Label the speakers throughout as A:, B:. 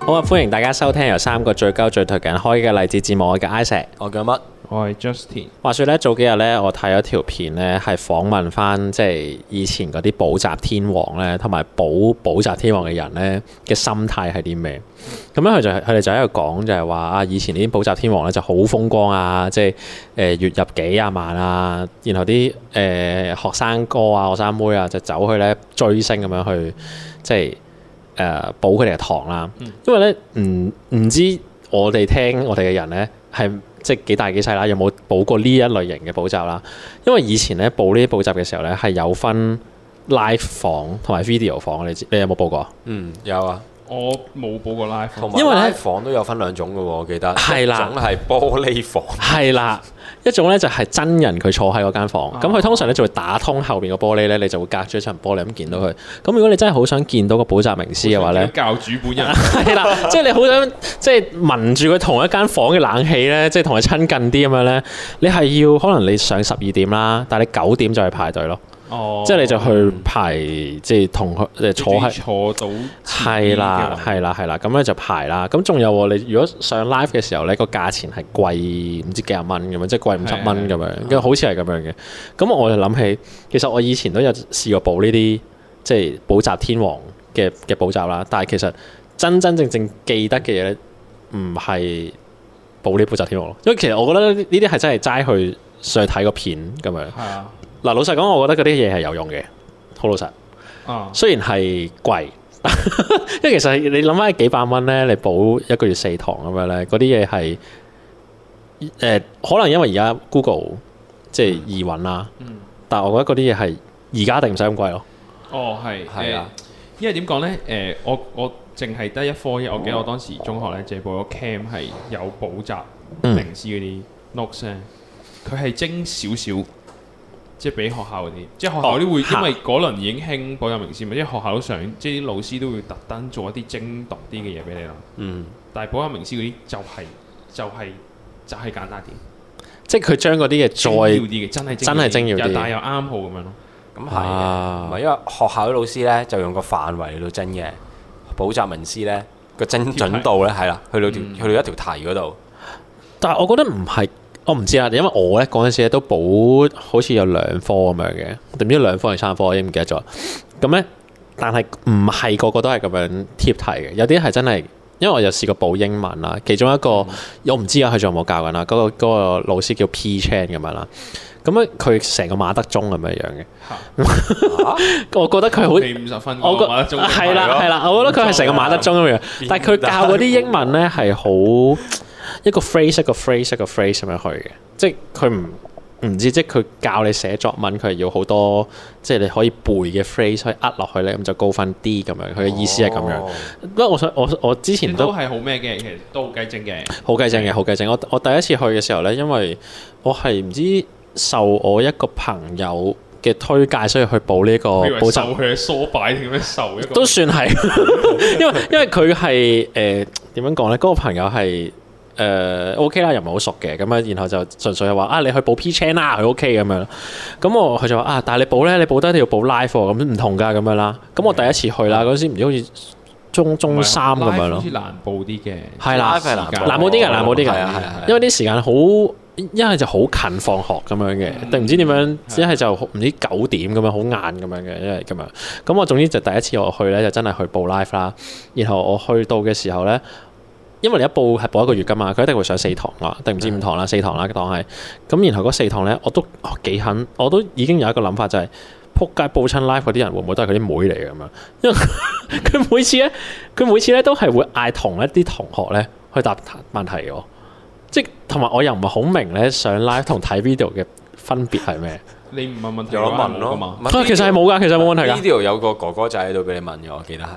A: 好啊！歡迎大家收聽由三個最鳩最頹嘅人開嘅勵志節目，我嘅 Isaac。
B: 我叫乜？
C: 我係 Justin，
A: 話說咧，早幾日咧，我睇咗條片咧，係訪問翻即係以前嗰啲補習天王咧，同埋補補習天王嘅人咧嘅心態係啲咩？咁咧佢就佢哋就喺度講就係話啊，以前呢啲補習天王咧就好風光啊，即係誒、呃月入幾廿萬啊，然後啲誒、呃、學生哥啊、學生妹啊就走去咧追星咁樣去即係誒、呃、補佢哋嘅堂啦。因為咧唔唔知我哋聽我哋嘅人咧係即係幾大幾細啦，有冇補過呢一類型嘅補習啦？因為以前咧補呢啲補習嘅時候咧係有分 live 房同埋 video 房，你知你有冇報過？
B: 嗯，有啊，
C: 我冇補過 live，
B: 同
C: 同
B: 埋
A: 因為咧
B: live 房都有分兩種嘅喎，我記得
A: 係啦
B: 一種係玻璃房，
A: 係啦，哦一種咧就係真人佢坐喺嗰間房，咁佢、
C: 啊
A: 通常咧就會打通後邊個玻璃咧，你就會隔住一層玻璃咁見到佢。咁如果你真係好想見到個補習名師嘅話咧，
C: 教主本人
A: 係啦，即係你好想即係聞住佢同一間房嘅冷氣咧，即係同佢親近啲咁樣咧，你係要可能你上十二點啦，但係你九點就去排隊咯，
C: 哦，
A: 即係你就去排即係同佢誒坐喺。
C: 坐到
A: 係啦，係啦，係啦，咁咧就排啦。咁仲有喎，你如果上 live 嘅時候咧，個價錢係貴唔知幾廿蚊咁樣，即係貴五十蚊咁樣，跟住好似係咁樣嘅。咁我就諗起，其實我以前都有試過補呢啲即係補習天王嘅嘅補習啦，但係其實真真正正記得嘅嘢咧，唔係補呢補習天王咯，因為其實我覺得呢啲係真係齋去上去睇個片咁樣。
C: 係啊，
A: 嗱，老實講，我覺得嗰啲嘢係有用嘅，好老實。
C: 啊，
A: 雖然係貴， 因為其實你諗翻幾百蚊咧，你補一個月四堂咁樣咧，嗰啲嘢係誒可能因為而家 Google 即係易揾啦，
C: 嗯，
A: 但係我覺得嗰啲嘢係而家一定唔使咁貴咯。
C: 哦係，
B: 係啊
C: 誒，因為點講咧？誒，我我淨係得一科啫，我記得我當時中學咧，就係報咗 cam 係有補習
A: 嗯
C: 名師嗰啲 notes 咧，佢係精少少。即係俾學校嗰啲，即係學校啲會，因為嗰輪已經興補習名師嘛，即係學校都想，即係啲老師都會特登做一啲精讀啲嘅嘢俾你啦。
B: 嗯，
C: 但係補習名師嗰啲就係、就係、就係、簡單啲，
A: 即係佢將嗰啲
C: 精要
A: 嘢
C: 啲嘅，真係
A: 真係精要啲
C: 又但又啱好咁樣咯。
B: 咁
A: 再
B: 係嘅，
A: 啊
B: 唔係因為學校啲老師咧就用個範圍嚟到真嘅，補習文師咧個精準度咧係啦，去到條
C: 嗯
B: 去到一條題嗰度，
A: 但係我覺得唔係，我唔知啊，因為我咧嗰陣時咧都補好似有兩科咁樣嘅，定唔知兩科定三科，我已經唔記得咗。咁咧，但係唔係個個都係咁樣貼題嘅，有啲係真係。因為我有試過補英文啦，其中一個、我唔知啊，佢仲有冇教緊啦。嗰、個嗰個老師叫 P Chan 咁樣啦，咁咧佢成個馬德鐘咁樣樣嘅，
C: 嚇
A: 我覺得佢好
C: 我哋五十分，
A: 我覺
C: 馬中
A: 係啦係啦，我覺得佢係成個馬德鐘咁樣，但係佢教嗰啲英文咧係好一個 phrase 一個 phrase 一個 phrase 咁樣去嘅，即係佢唔唔知即係佢教你寫作文，佢係要好多即係你可以背嘅 phrase 可以呃落去咧，咁就高分啲咁樣。佢嘅意思係咁樣。
B: 哦
A: 不過我想我我之前
C: 前
A: 都
C: 都係好咩嘅，其實都好雞精嘅。
A: 好計正嘅，好計正。我我第一次去嘅時候咧，因為我係唔知受我一個朋友嘅推介，所以去補呢個
C: 我以為
A: 補
C: 受
A: 習。
C: 佢嘅梳擺定咩受一個
A: 都算係， 因為因為佢係誒點樣講咧？嗰、個朋友係誒、呃 OK 啦，又唔係好熟嘅咁啊，然後就純粹係話啊，你去報 P chain 啦，佢 OK 咁樣。咁我佢就話啊，但係你報咧，你報得一定要報 live 喎咁唔同㗎咁樣啦。咁我第一次去啦，嗰陣時唔知好似中中三咁樣
C: 好
A: 咯
C: 似，難報啲嘅，
A: 係啦
B: live 係難報
A: 難報啲嘅難報啲嘅
B: 係啊係啊係啊，
A: 因為啲時間好。一係就好近放學咁樣嘅，定唔知點樣？一係就唔知九點咁樣，好晏咁樣嘅，一係咁樣。咁我總之就第一次我去咧，就真係去報 live 啦。然後我去到嘅時候咧，因為你一報係報一個月噶嘛，佢一定會上四堂啦，定唔知五堂啦，四堂啦當係。咁然後嗰四堂咧，我都哦幾肯，我都已經有一個諗法就係、仆街報親 live 嗰啲人會唔會都係佢啲妹嚟嘅咁樣？因為 佢每次咧，佢每次咧都係會嗌同一啲同學咧去答問題嘅喎，即係同埋我又唔係好明咧上 live 同睇 video 嘅分別係咩？
C: 你唔問問題
B: 有
C: 嘅
B: 得
C: 話
B: 問
C: 冇㗎
B: 咯
C: 嘛。
B: 唔係
A: 啊，其實係冇㗎，其實冇問題㗎
B: 呢。度有個哥哥仔喺度俾你問嘅，我記得係。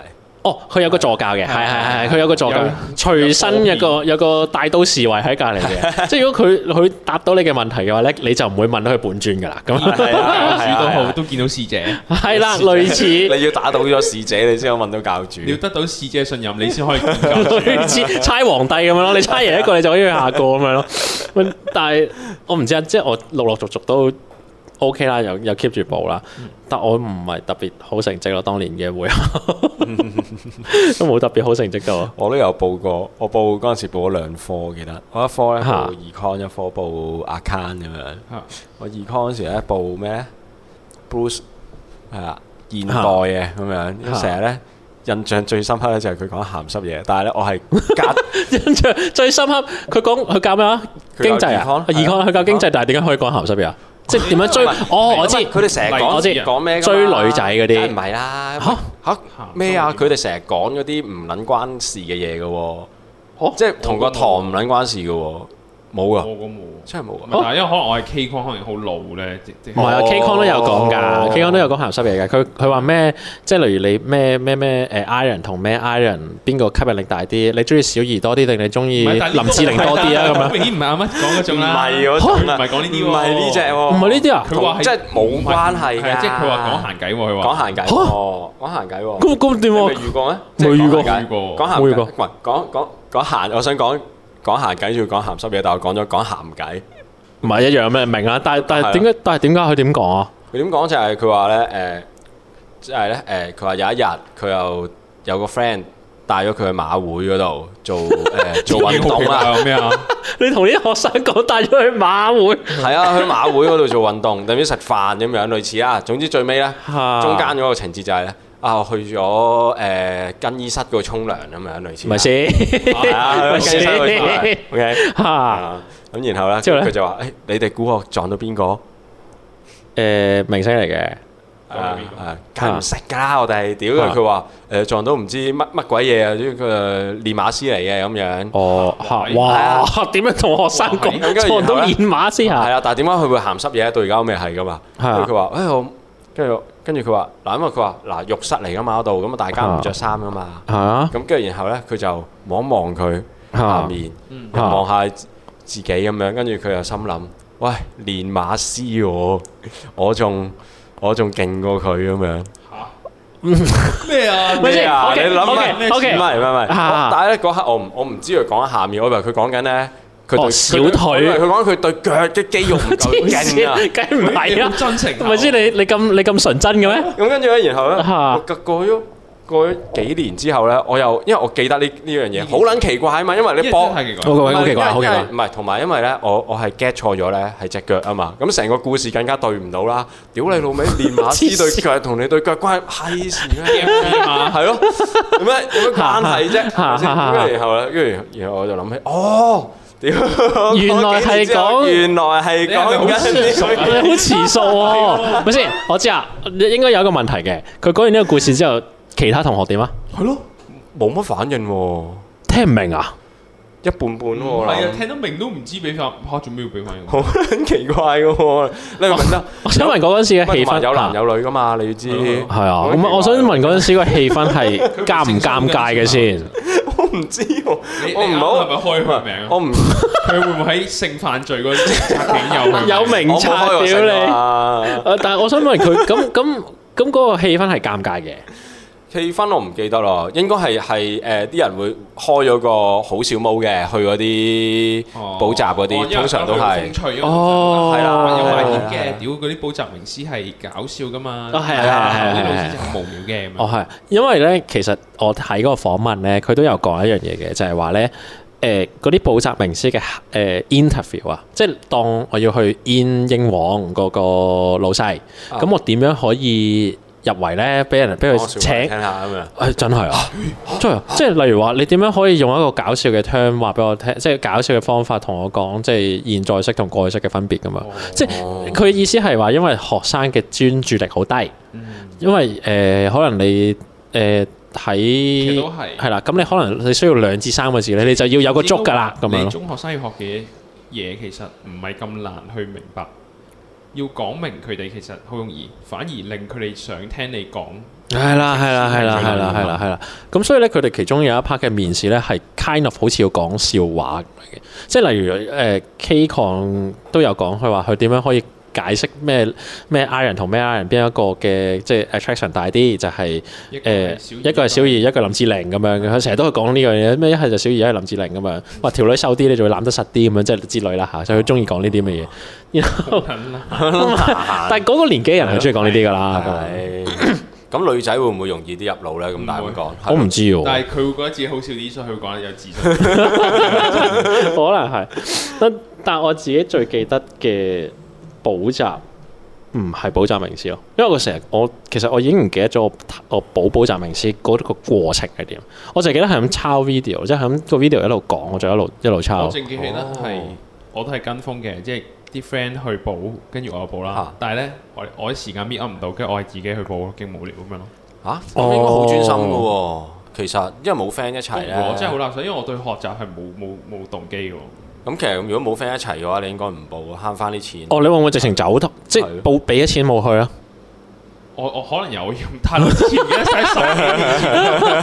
A: 哦，佢有個助教嘅，係係係，係佢有個助教
C: 有，
A: 隨身有個有個大都侍衛喺隔離 嘅，即係如果佢佢答到你嘅問題嘅話咧，你就唔會問佢本專㗎啦。咁
B: 係啊
C: 教
B: 係
C: 主都
B: 啊係
C: 好，
B: 啊
C: 都見到使者，
A: 係啦，類似
B: 你要打倒咗使者，你先可以問到教主。
C: 你要得到使者信任，你先可以見 教主。
A: 類似猜皇帝咁樣咯，你猜贏一個你就可以去下個咁樣咯。喂但係我唔知啊，即係我陸陸續續都 OK 啦，又又 keep 住補啦，但我唔係特別好成績咯，當年嘅會考都冇特別好成績到啊。
B: 我都有報過，我報嗰陣時報咗兩科，我記得我一科咧
A: 嚇
B: 報 econ，一科報 account 咁樣。
C: 嚇
B: 我 econ 嗰時咧報咩咧？Bruce 係啦，現代嘅咁樣，
A: 嚇
B: 成日咧印象最深刻咧就係佢講鹹濕嘢，但係咧我係 夾
A: 印象最深刻，佢講佢教咩啊？
B: 佢
A: 經
B: 教
A: 濟啊，二
B: econ，係啊
A: 佢教經濟，但係點解可以講鹹濕嘢啊？即係點樣追？
B: 唔係
A: 哦，我知
B: 唔係佢哋成日
C: 唔係
B: 講
C: 我知
B: 講咩㗎嘛
A: 追女仔嗰啲
B: 梗係唔係啦
A: 嚇
B: 嚇咩啊？
C: 鹹濕嘢
B: 佢哋成日講嗰啲唔撚關事嘅嘢嘅
A: 哦
B: 喎，即係同個堂唔撚關事嘅喎，冇啊噶，
C: 我個冇喎。
B: 真係冇
C: 唔
B: 噶。
C: 係但係因為可能我係 K 框，可能好老咧，即即
A: 唔係啊
B: 哦
A: ，K Con 都有講㗎，K Con 都有講鹹濕嘢嘅。佢佢話咩？即係例如你咩咩咩誒 Iron 同咩 Iron 邊個吸引力大啲？你中意小儀多啲定你中意
C: 唔係但係呢個
A: 林志玲多啲啊？咁
C: 好
A: 樣
C: 明顯唔係阿乜講嗰種啦，
B: 唔係嗰
C: 佢
B: 種
C: 唔
B: 啊
C: 係講呢啲喎，
B: 唔係呢隻喎，
A: 唔係呢啲啊？
C: 佢話係
B: 即係冇關係㗎
C: 係啊即係佢話講閒偈喎，佢
B: 講
C: 話
B: 閒偈喎，講閒偈喎。
A: 咁咁點啊
B: 你
A: 喎
B: 未？遇過咩？
A: 冇遇過
B: 即係講閒偈
C: 冇遇過
A: 冇遇過
B: 講閒偈，唔係講講講閒，我想講講閒偈仲要講鹹濕嘢，但我講咗講鹹偈。
A: 唔係一樣咩？明啊！但係但
B: 係
A: 係
B: 啊
A: 點解？但係點解佢點講啊？
B: 佢點講就係佢話咧誒，即係咧誒，佢話有一日佢又有個 friend 帶咗佢去馬會嗰度做誒做 運動啦，
C: 咩啊？
A: 你同啲學生講帶咗去馬會，
B: 係啊，去馬會嗰度做運動，等於食飯咁樣類似啦。總之最 尾咧，
A: 嚇
B: 中間嗰個情節就係咧啊，我去咗誒更衣室嗰度沖涼咁樣類似啦。
A: 咪先
B: 係啊，
A: 咪
B: 更衣室嗰度沖涼
A: 先
B: OK。
A: 嚇？
B: 啊，咁然後咧，
A: 之後呢
B: 佢就話：誒，你哋估我撞到邊個？
A: 誒呃明星嚟嘅，
C: 撞到邊個
B: 啊，梗係唔識㗎啦！我哋屌佢，佢話誒撞到唔知乜乜鬼嘢啊！呢個練馬師嚟嘅咁樣，
A: 哦嚇哇！點樣同學生
C: 哇係
B: 咁跟
A: 講
B: 住然後
A: 撞
B: 呢
A: 到練馬先啊
B: 係啊
A: 嚇？
B: 啦。但係點解佢會鹹濕嘢？到而家都未係㗎嘛。
A: 係啊
B: 跟住佢話：誒我，跟住跟住佢話嗱，因啊為佢話嗱浴室嚟㗎嘛嗰度，咁啊大家唔着衫㗎嘛。
A: 係啊
B: 咁跟住然後咧，佢就望一望佢下
A: 嚇！
B: 面，
C: 嗯
B: 又望下自己咁樣，跟住佢又心諗：喂，練馬師喎，我仲我仲勁過佢咁樣。
C: 咩啊？
A: 咪
B: 咩
A: 先
B: 啊？你
A: OK，
B: 諗
A: OK，
B: 下
A: OK
B: 唔係唔係唔
A: 啊
B: 係，我但係咧嗰刻我唔我唔知佢講下面，我以為佢講緊咧佢
A: 哦
B: 對
A: 小
B: 佢對
A: 腿
B: 我以為佢講佢對腳嘅肌肉唔夠
A: 黐
B: 勁啊！
A: 線， 梗唔係
C: 你
A: 啊
C: 好！真情啊，
A: 咪先你你咁你咁純真嘅咩？
B: 咁跟住咧，然後咧，
A: 啊
B: 我過咗過咗幾年之後咧，我又因為我記得呢呢樣嘢好撚奇怪啊嘛，因為
C: 呢
B: 你
C: 啲
B: 搏
C: 真。係奇怪。
A: 好
B: 因為因為唔係，同埋因為咧，我我係 get 錯咗咧，係只腳啊嘛，咁成個故事更加對唔到啦。屌你老味，練
A: 黐
B: 馬師對
A: 線
B: 腳同你對腳關係閪事咩？
C: 嘛
B: 係咯，有咩有咩關係啫？係咪先跟住然後咧，跟住然後我就諗起，哦，屌，
A: 原來係講
B: 原來係講緊呢
A: 你好遲熟喎，咪先？我知啊，應該有一個問題嘅。佢講完呢個故事之後，其他同學點啊？
B: 個，係咯，冇乜反應喎，
A: 聽唔明啊？
B: 一半半喎，
C: 唔
B: 我
C: 係啊，
B: 諗
C: 聽得明都唔知俾反，嚇做咩要俾反應我？
B: 好撚奇怪嘅喎，你明唔明得？
A: 我想問嗰陣時嘅氣
B: 喂同
A: 氛
B: 埋有男
A: 啊
B: 有女噶嘛，你要知
C: 係
A: 係啊，咁我想問嗰陣時個氣氛係尷唔尷尬嘅先？
B: 我唔知喎
C: 你，
B: 我
C: 你
B: 唔
C: 啱
B: 好
C: 啱係咪開佢名啊
B: 我唔
C: 佢會唔會喺性犯罪嗰啲插警有
A: 有
C: 名？
A: 明
B: 我冇
A: 察
B: 開
A: 屌
B: 過
A: 你！
B: 聲
A: 誒，
B: 啊！
A: 但係我想問佢咁咁咁嗰個氣氛係尷尬嘅。
B: 氣氛我唔記得咯，應該係係誒啲人會開咗個好小毛嘅去嗰啲
C: 哦
B: 補習嗰
C: 哦因
B: 啲，
C: 為
B: 通常都
C: 佢風
B: 係
C: 趣啊嘛
A: 哦，
B: 係
C: 有
B: 啦
C: 賣
B: 有
C: 點嘅，屌嗰啲補習名師係搞笑噶嘛，
A: 哦係啊
B: 係
A: 係
C: 啲
B: 啊
A: 啊
C: 老
A: 係啊
C: 師就係無聊嘅咁樣
A: 哦，係，因為咧，其實我睇嗰個訪問咧，佢都有講一樣嘢嘅，就係話咧，誒嗰啲補習名師嘅誒、呃 interview 啊，即係當我要去 in 英皇嗰個老細，咁、我點樣可以入圍咧？俾人俾
B: 講
A: 佢
B: 笑
A: 請
B: 話聽下咁樣。
A: 誒、真係啊，真係啊、即係例如話，你點樣可以用一個搞笑嘅 term 話俾我聽，即係搞笑嘅方法同我講，即係現在式同過去式嘅分別咁樣。
C: 哦
A: 即係佢嘅意思係話，因為學生嘅專注力好低，
C: 嗯
A: 因為誒、呃可能你誒
C: 其實
A: 喺
C: 都係
A: 係啦，咁你可能你需要兩至三個字咧，你就要有個足㗎啦咁樣
C: 你
A: 咯。
C: 中學生要學嘅嘢其實唔係咁難去明白，要講明佢哋其實好容易，反而令佢哋想聽你講。
A: 係啦，係啦，係啦，係啦，係啦，係啦。咁所以咧，佢哋其中有一 part 嘅面試咧，係 kind of 好似要講笑話嚟嘅，即係例如誒、呃 K 抗都有講，佢話佢點樣可以解釋咩咩 iron 同咩 iron 邊一個嘅即係 attraction 大啲，就係、
C: 一個係小
A: 誒一個係小二，一個係林志玲咁樣嘅，佢成日都係講呢樣嘢，咩一係就小二，一係林志玲咁樣。話條女瘦啲，你就會攬得實啲咁樣，即係之類啦嚇。所以佢中意講呢啲咁嘅嘢。然後，但係嗰個年紀嘅啊人係中意講呢啲㗎啦。
B: 係。咁女仔會唔會容易啲入腦咧？咁大
C: 唔會
B: 咁講，
A: 我唔知喎。
C: 但係佢會覺得自己好笑啲，所以佢會講得有自信。
A: 可能係，但但我自己最記得嘅補習唔係補習名師咯，因為我成日我其實我已經唔記得咗我我補補習名師嗰個過程係點，我就記得係咁抄 video，即係咁個 video 一路講，我就一路一路
C: 我
A: 抄。
C: 正記記得係
B: 哦
C: 我都係跟風嘅，即係啲 friend 去補，跟住我又補啦
B: 嚇。
C: 但係咧，我我啲時間 meet up 唔到，跟住我係自己去補，勁無聊咁樣咯。
B: 嚇，咁應該好專心嘅喎。其實因為冇 friend 一齊咧，
C: 我真係好垃圾，因為我對學習係冇冇冇動機嘅喎。
B: 咁其實如果冇 friend 一齊嘅話，你應該唔報啊，慳翻啲錢。
A: 哦，你會唔會直情走得，即係
B: 係
A: 報俾咗錢冇去啊？
C: 我我可能有用，但係我之前唔記得晒 所有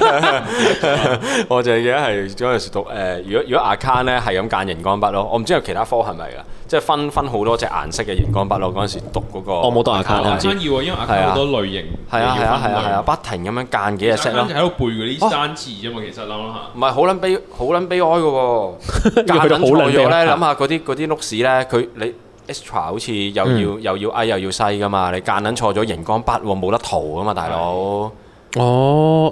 C: 嘢。
B: 我就係記得係嗰陣時讀誒、呃如果如果 account 咧係咁揀熒光筆咯，我唔知有其他科係咪㗎，即係分分好多隻顏色嘅熒光筆咯。嗰陣時讀嗰、個，
A: 我冇讀 account
C: 我
A: 啊
B: 係
A: 唔
B: 啊
A: 知
C: 生要啊，因為阿卡好多類型，
B: 係啊係啊係啊係啊，
C: 啊，
B: 不停咁樣間幾隻色
C: 生
B: 咯哦啊
C: 就。喺度背嗰啲單詞啫嘛，其實諗諗下。
B: 唔係好撚悲好撚悲哀嘅喎，
A: 要去到
B: 揀撚
A: 好撚
B: 錯咗
A: 悲哀
B: 咧，諗下嗰啲嗰啲碌屎咧，佢你 extra 好似又
A: 嗯
B: 要又要 A 又要西㗎嘛，你揀撚錯咗熒光筆喎，冇得塗㗎嘛，大佬。
A: 哦，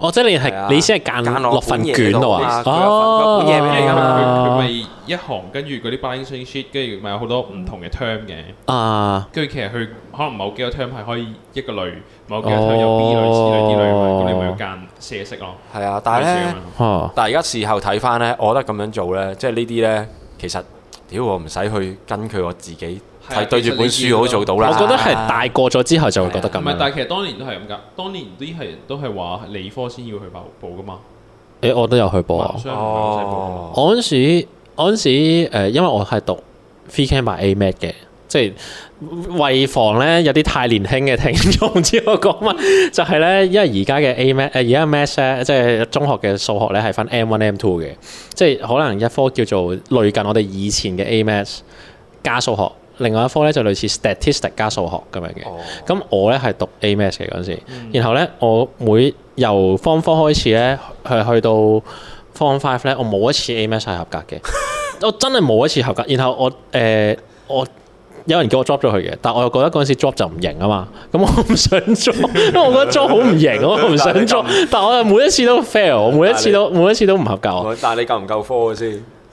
A: 哦，即係你
B: 係
A: 係
B: 啊
A: 你先係間
B: 間
A: 落份
B: 落本嘢
A: 卷度
B: 度
A: 啊
B: 啊？
A: 哦，
B: 佢有份佢有本嘢俾你㗎
C: 佢佢
B: 嘛
C: 咪一行，跟住嗰啲 balancing sheet，跟住咪有好多唔同嘅 term 嘅。
A: 啊，
C: 跟住其實佢可能某幾個 term 係可以一個類，某幾個 term 有 B 類、C 類、D 類咁樣，咁你咪要間射色咯。
B: 係啊，但係咧。
A: 哦。
B: 但係而家事後睇翻咧，我覺得咁樣做咧，即係呢啲咧，其實屌我唔使去跟佢，我自己
C: 係啊
B: 睇對住本書我都做到啊啦。
A: 我覺得係大個咗之後就會覺得咁
C: 唔係，但
A: 樣。
C: 係其實當年都係咁㗎，當年啲係都係話理科先要去報報㗎嘛，
A: 誒，我都有去報啊
C: 文。商唔係使報㗎嘛。
B: 哦，
A: 我嗰陣時，我嗰陣時誒、呃因為我係讀 free cam 埋 A mat 嘅，即係為防咧有啲太年輕嘅聽眾唔知我講乜， 就係咧，因為而家嘅 A mat 誒而家 mat 咧，即係中學嘅數學咧係分 M one M two 嘅，即係可能一科叫做類近我哋以前嘅 A mat 加數學，另外一科咧就類似 statistic 加數學咁樣嘅。咁我咧係讀 A Maths 嘅嗰陣時，然後咧我每由 Form Four 開始咧，係去到 Form Five 咧，我冇一次 A Maths 係合格嘅，我真係冇一次合格。然後我誒、呃我。有人叫我 drop 咗佢嘅，但我又覺得嗰陣時 drop 就唔型啊嘛，咁我唔想 drop，因為我覺得 drop 好唔型，我唔想 drop，但我又每一次都 fail，我每一次都每一次都唔合格，我
B: 我但係你夠唔夠科先？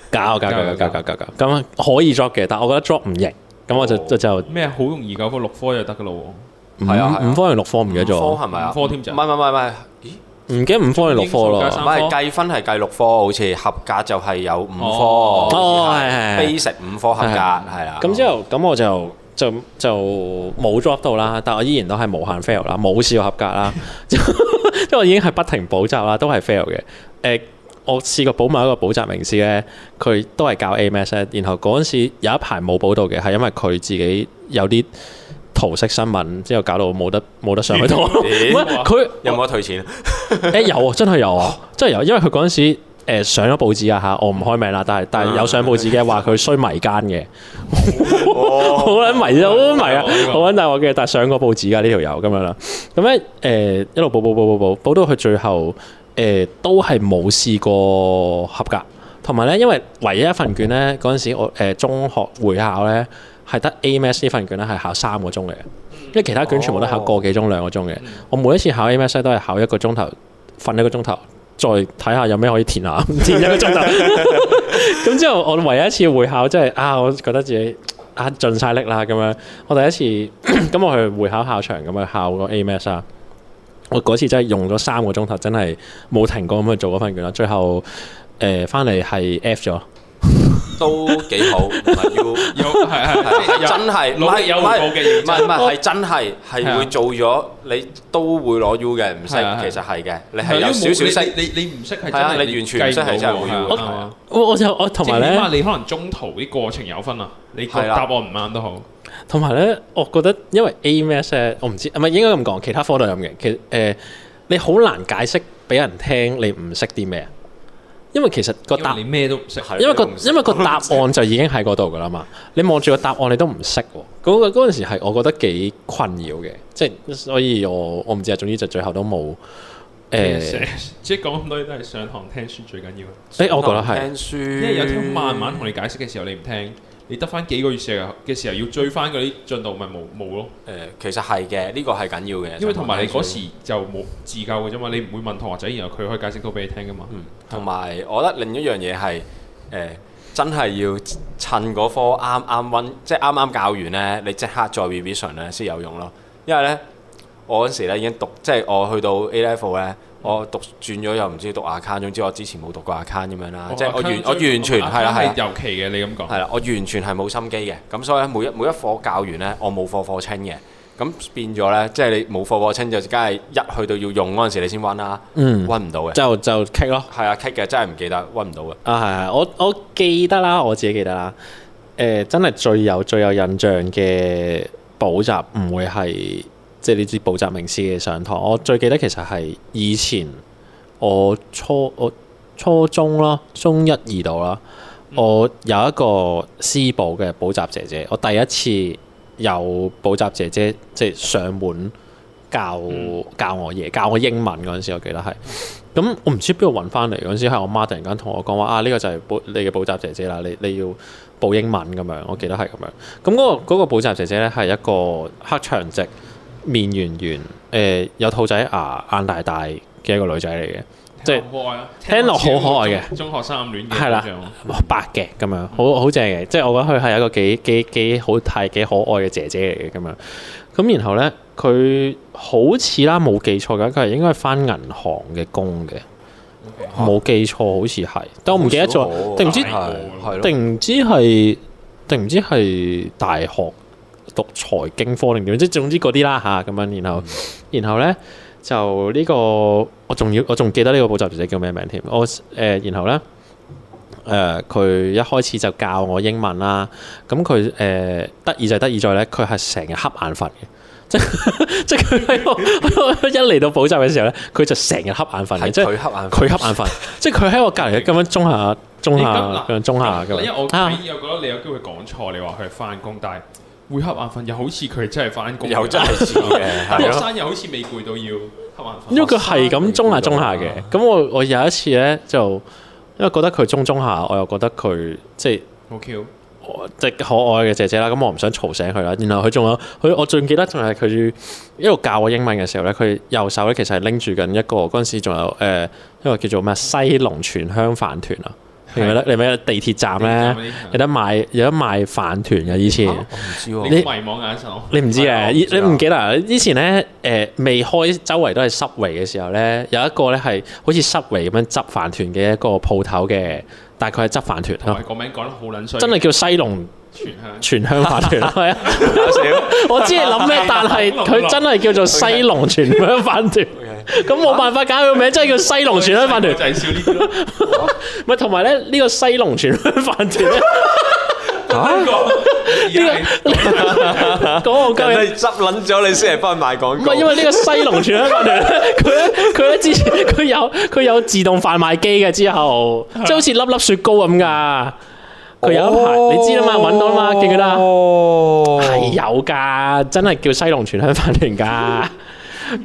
A: 搞搞搞搞搞搞搞，咁可以 drop 嘅，但我覺得 drop 唔型，咁我就就就五
C: 咩好容易九科六科就得㗎咯
B: 係啊係啊
A: 五科定六科唔記得
B: 科
A: 咗，
B: 係咪啊？
C: 五科添咋
B: 唔係唔係唔係，咦？
A: 唔記得五科定六科
C: 英數
A: 咯
C: 加。三
B: 唔
C: 科
B: 係計分係計六科，好似合格就係有五科，
C: 哦
A: 哦
B: 好似
A: 係
B: ，basic 五科合格
A: 係
B: 係啊啦。
A: 咁之後，咁我就就就冇 drop 到啦，但我依然都係無限 fail 啦，冇試過合格啦， 因為我已經係不停補習啦，都係 fail 嘅。誒、我試過補某一個補習名師咧，佢都係教 A Maths 咧，然後嗰陣時有一排冇補到嘅，係因為佢自己有啲圖式新聞，之後搞到冇得冇得上去堂。唔
B: 咦
A: 係佢
B: 有冇得退錢？
A: 誒、有啊，真係有啊，真係有，因為佢嗰陣時、誒上咗報紙啊嚇，我唔開名啦，但係但係有上報紙嘅話佢衰迷奸嘅， 好撚迷啊，好撚迷啊，好撚大鑊嘅，但係上過報紙㗎呢條友咁樣啦，咁咧誒一路報報報報報報到佢最後誒、都係冇試過合格，同埋咧因為唯一一份卷咧嗰陣時我誒、中學會考咧係得 A Maths 呢份卷咧係考三個鐘嘅。因為其他卷全部都考個幾鐘兩個鐘嘅，我每一次考 A M S 都係考一個鐘頭，瞓一個鐘頭，再睇下有咩可以填下，填一個鐘頭。咁之後我唯一一次會考，即係啊，我覺得自己啊盡晒力啦咁樣。我第一次 咁我去會考考場咁去考個 A M S 啊。我嗰次真係用咗三個鐘頭，真係冇停過咁去做嗰份卷啦。最後誒翻嚟係 F 咗，
B: 都幾好，唔係要。
C: 喎，有係係係
B: 係
C: 有
B: 真係
C: 努力有
B: 唔
C: 回
B: 係
C: 報嘅認
B: 唔係唔
C: 真。
B: 係係真係
C: 係
B: 哦係
C: 啊
B: 會做咗，你都會攞 U 嘅，唔識
C: 係啊係啊
B: 其實係嘅，你
C: 你
B: 係有少少識。
C: 你你你唔識係真
B: 係啊
C: 係
B: 你完全唔識係真係會
C: 計唔
B: 要
C: 到喎係啊
A: 我我就我同
C: 即
A: 埋
C: 係啊
A: 咧
C: 起。碼你可能中途啲過程有分啊，你個
B: 係啦
C: 答案唔啱都好。
A: 同埋咧，我覺得因為 A M S 咧，我唔知唔係應該咁講，其他呃科都係咁嘅。其實誒、你好難解釋俾人聽你唔識啲咩啊。因為其實個答
C: 因為你咩都唔識，
B: 係
A: 因為個
B: 你都唔識
A: 因為個答案就已經喺嗰度噶啦嘛，你望住個答案你都唔識喎，嗰、個嗰陣時係我覺得幾困擾嘅，即係所以我我唔知啊，總之就最後都冇呃誒，
C: 即係講咁多嘢都係上堂聽書最緊要。
A: 誒我覺得係
B: 聽書，
C: 因為有啲慢慢同你解釋嘅時候，你唔聽，你得翻幾個月時候嘅時候要追翻嗰啲進度，咪冇冇咯。
B: 誒，其實係嘅，呢個係緊要嘅。
C: 因為同埋你嗰
B: 上堂聽書
C: 時就冇自救嘅啫嘛，你唔會問同學仔，然後佢可以解釋到俾你聽噶嘛。
B: 嗯，同埋我覺得另一樣嘢係誒，真係要趁嗰科啱啱温，即係啱啱教完咧，你即刻再 revision 咧先有用咯。因為咧，我嗰時咧已經讀，即係我去到 A level 咧，我讀轉咗又唔知讀 account，總之我之前冇讀過 account 咁樣
C: 哦
B: 啦，啊哦即係我完我完全係啦係啦。
C: 尤其嘅你咁講，
B: 係啦，我完全係冇心機嘅，咁所以咧每一每一課教完咧，我冇課課清嘅，咁變咗咧，即係你冇課課清就梗係一去到要用嗰陣時你先温啦，
A: 嗯
B: 温唔到嘅，
A: 就就棘咯。
B: 係啊棘嘅，真係唔記得温唔到嘅，
A: 啊，係係，我我記得啦，我自己記得啦。誒、真係最有最有印象嘅補習，唔會係即係呢啲補習名師嘅上堂。我最記得其實係以前我初我初中啦，中一二度啦，我有一個私補嘅補習姐姐，我第一次有補習姐姐即係上門教、教我嘢，教我英文嗰陣時，我記得係。咁我唔知邊度揾翻嚟嗰陣時，係我媽突然間同我講話啊，呢、個就係補你嘅補習姐姐啦，你你要報英文咁樣，我記得係咁樣。咁嗰、個嗰、個補習姐姐咧係一個黑長直、面圓圓、誒、有兔仔牙、眼大大嘅一個女仔嚟嘅，即係
C: 聽落好可愛啊！
A: 聽落好可愛嘅
C: 中中學生暗戀嘅
A: 係啦
C: 嗰種
A: 白嘅咁樣，好好正嘅，即係我覺得佢係一個幾幾幾好睇、幾可愛嘅姐姐嚟嘅咁樣。咁然後咧，佢好似啦冇記錯嘅，佢係應該係翻銀行嘅工嘅，冇記錯好似係，但我唔記得咗
B: 好少，
A: 定唔知
B: 喎係係咯，
A: 定唔知係定唔知係大學讀財經科定點，即係總之嗰啲啦吓咁樣。然後、
B: 嗯
A: 然後咧就呢、個我仲要我仲記得呢個補習姐姐叫咩名添？我誒、呃然後咧。誒佢、一開始就教我英文啦，咁佢誒得意就係得意在咧，佢係成日瞌眼瞓嘅，即即係 佢喺我 一嚟到補習嘅時候咧，佢就成日瞌眼瞓嘅，
B: 係
A: 即係
B: 佢黑眼，
A: 佢瞌眼瞓，即係佢喺我隔離咁樣中下中
C: 你
A: 下
C: 咁
A: 咁樣中下咁
C: 因為我
A: 樣啊
C: 睇又覺得你有機會講錯，你話佢係翻工，但係會瞌眼瞓，又好似佢真係翻工，
B: 又真係似 嘅，
C: 但學
B: 係咯，
C: 生又好似未攰到要瞌眼瞓。
A: 因為佢係咁中下中下嘅，咁我我有一次咧就因為覺得佢中中下，我又覺得佢即係。
C: 好 Q，
A: 即係可愛嘅姐姐啦，咁我唔想嘈醒佢啦。然後佢仲有佢，我仲記得仲係佢一路教我英文嘅時候咧，佢右手咧其實係拎住緊一個嗰陣時仲有誒、呃一個叫做咩西龍泉香飯團啊，你咪得你咪得地鐵站咧有得賣有得賣飯團嘅以前。
B: 啊我唔知喎
C: 你迷茫眼神，
A: 你唔知
B: 係
A: 嘅，
B: 啊
A: 以
B: 我
A: 你
B: 唔知啊
A: 唔記得啊？以前咧，誒、未開周圍都係濕圍嘅時候咧，有一個咧係好似濕圍咁樣執飯團嘅一個鋪頭嘅，但係佢係執飯團
B: 哦
A: 咯，
C: 同埋個名講得好撚衰，
A: 真係叫西龍
C: 全香。
A: 全香飯團咯， 係啊！
B: 搞笑
A: 我知你諗咩，但係佢真係叫做西龍全香飯 團，
B: 哦，OK，
A: 咁冇辦法搞佢名，真係叫西龍全香飯團
C: 就。係笑呢啲咯。
A: 咪同埋咧，呢、個西龍全香飯團咧，
C: 呢
A: 講我 鳩嘢
C: 個
B: 人哋執撚咗你先嚟翻賣廣
A: 唔
B: 告
A: 係，因為呢個西龍全香飯團咧， 佢咧佢咧之前佢有佢有自動販賣機嘅，之後即係好似粒粒雪糕咁噶。佢有一排你知啦嘛，揾到啦嘛，記唔記得啊？
B: 哦，
A: 係啊有噶，真係叫西龍全香飯團噶。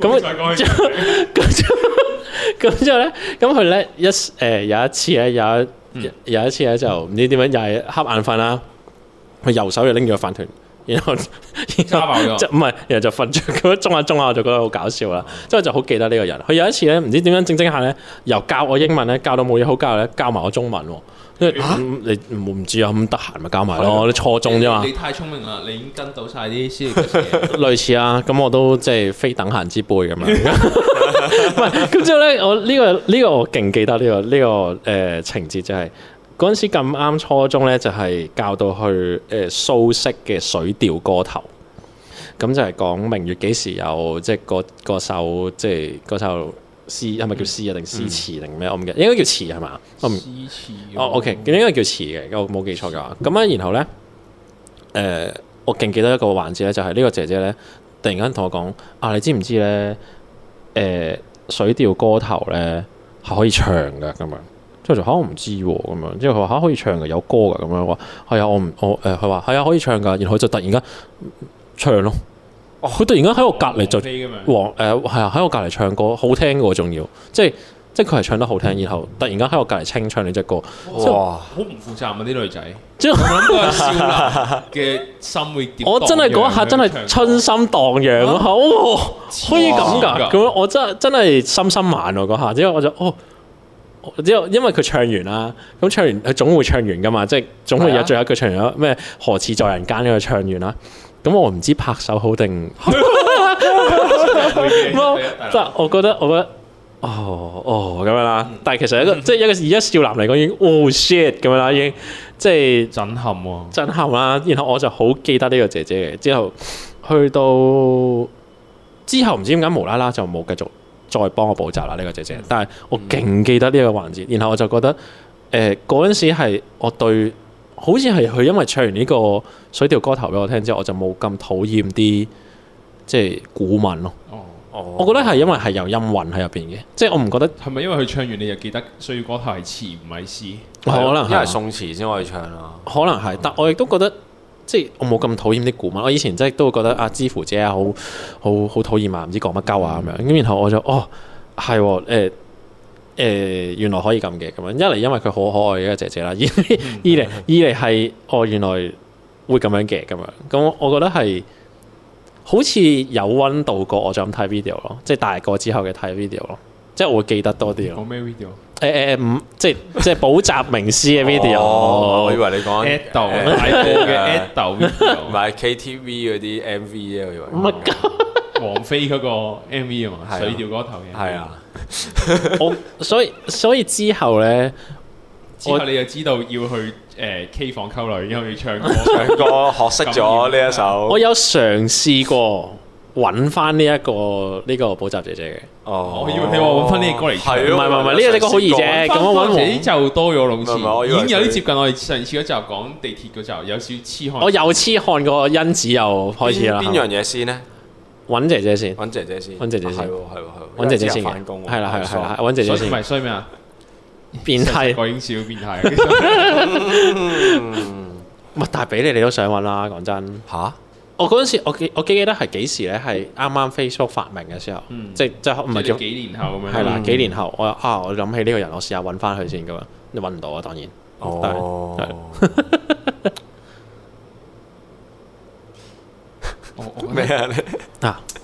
A: 咁
C: 咁之後
A: 咁之後咁之後咧，咁佢咧一誒、有一次咧，有一、
C: 嗯
A: 有一次咧就唔知點樣，又係瞌眼瞓啦。佢右手就拎住個飯團，然後然
C: 揸爆
A: 後
C: 咗
A: 即唔係，然後就瞓着咁樣中下中下，我就覺得好搞笑啦。之後就好記得呢個人。佢有一次咧，唔知點樣整整下咧，由教我英文咧，教到冇嘢好教咧，教埋我中文喎。因為嗯你唔唔知啊，咁得閒咪教埋咯，你初 中啫嘛
C: 你，太聰明啦，你已經跟到晒啲師嘅嘢。
A: 類似啊。咁我都即係非等閒之輩咁樣。唔係，咁之後咧，我呢、個呢、個我勁記得呢、個呢、個誒、呃情節就係嗰陣時咁啱初中咧，就係、教到去誒蘇式嘅水調歌頭，咁就係講明月幾時有，即係嗰嗰首即係嗰首詩係咪叫詩啊？定詩詞定咩？我唔記得，應該叫詞係嘛？我唔
C: 支持
A: 哦，OK，應該叫詞嘅，我冇記錯嘅話。咁啊，然後咧，誒、我勁記得一個環節咧，就係、呢個姐姐咧，突然間同我講：啊，你知唔知呃咧？誒、水調歌頭咧係可以唱嘅咁樣。之後就啊嚇我唔知喎咁樣，之後佢話嚇啊可以唱㗎，有歌㗎咁樣話，係啊我唔我誒佢話係啊可以唱㗎，然後佢就突然間唱咯，
B: 哦
A: 佢突然間喺我隔離就
C: 飛咁樣，
A: 黃誒係啊喺我隔離唱歌，好聽嘅喎仲要，即係即係佢係唱得好聽，然後突然間喺我隔離清唱呢只歌，
B: 哇！
C: 好唔負責任啊！啲女仔，
A: 之後
C: 我諗 嗰個少男嘅心會點？
A: 我真係嗰一刻真係春心蕩漾咯，哦可以咁
C: 哇
A: 㗎，咁樣我真係真係心心眼喎嗰下，之後我就哦。之後，因為佢唱完啦，咁唱完佢總會唱完噶嘛，即係總會
B: 係
A: 有
B: 啊
A: 最後一句唱完啦，咩何似在人間嗰個唱完啦，咁我唔知拍手好定
C: 咯
A: 即係我覺得，我覺得。哦哦咁樣啦，但係其實一個即係一個而家少男嚟講已經哦 shit 咁樣啦，已經即係
C: 震撼喎！
A: 震撼啦。然後我就好記得呢個姐姐嘅，之後去到之後唔知點解無啦啦就冇繼續再幫我補習啦呢個姐姐，但係我勁記得呢個環節，然後我就覺得誒嗰陣時係我對好似係佢因為唱完呢個水調歌頭俾我聽之後，我就冇咁討厭啲即係古文咯。
C: 哦，
A: 我
B: 我
A: 覺得係因為係有音韻喺入邊嘅，即係我唔覺得
C: 係咪因為佢唱完你就記得需要歌頭係詞唔係詩？
A: 可能
B: 啊因為
A: 係，啊
B: 宋詞先可以唱啊。
A: 可能係，但我亦都覺得即係我冇咁討厭啲古文。我以前真係都會覺得啊，知乎姐啊，好好好討厭啊，唔知講乜鳩
B: 嗯
A: 啊咁樣。咁然後我就哦係喎誒誒，原來可以咁嘅咁樣。一嚟因為佢好可愛嘅一個姐姐啦，二嚟
B: 嗯
A: 二嚟二嚟係哦原來會咁樣嘅咁樣。咁我我覺得係。好似有温度過我就咁睇 video 咯，即係大個之後嘅睇 video 咯，即係我會記得多啲咯
B: 嗯
C: 講。
B: 哦
C: 咩 video？
A: 誒誒唔，即係即係補習名師嘅 video。
B: 哦我以為你講
C: Ad 豆
B: 誒
C: 大個嘅
B: 誒
C: Ad 豆 video，
B: 唔 係 KTV 嗰啲 MV 啫，我以為。
A: 乜
C: 王菲嗰個 MV 啊嘛，
B: 係啊
C: 水調歌頭嘅。
B: 係，啊，
A: 我所以所以之後咧，
C: 之後你就知道要去誒 K 房溝女，因為要唱 歌。
B: 唱歌學識咗呢一首
A: 我。有嘗試過揾翻呢一個呢個補習姐姐
B: 哦
C: 我以為你話揾返呢啲歌嚟唱
B: 係咯
A: 唔係唔係唔係呢個呢個好易啫咁我揾
C: 翻嚟就多咗
B: 唔係唔係我以為
C: 老
B: 佢
C: 師，已經有啲接近我哋上次嗰集講地鐵嗰集，有少
A: 嘅，
C: 少
A: 我
C: 痴漢。
A: 有痴漢個因子又開始啦。
B: 邊邊樣哦嘢先呢？
A: 揾姐姐先？
B: 揾姐姐先，啊
A: 揾姐姐先
B: 係喎係喎係喎，
A: 揾姐姐先嘅
B: 翻工喎，哦
A: 係啦係啦係啦，揾姐
C: 所
A: 姐
C: 以唔
A: 先。
C: 係衰咩啊？
A: 變態，
C: 我已經少變態。
A: 唔係但係俾你你都想揾啦，講真。
B: 嚇
A: 我嗰陣時，我記我記記得係幾時咧？係啱啱 Facebook 發明嘅時候，
C: 嗯
A: 即即唔
C: 唔
A: 係
C: 係
A: 叫
C: 咗幾年後咁樣。
A: 係啦，
B: 嗯
A: 幾年後我啊，我諗起呢個人，我試下揾翻佢先咁樣，你揾唔到啊，當然。
B: 哦，
C: 我我
B: 咩啊？你
A: 啊，
C: 哦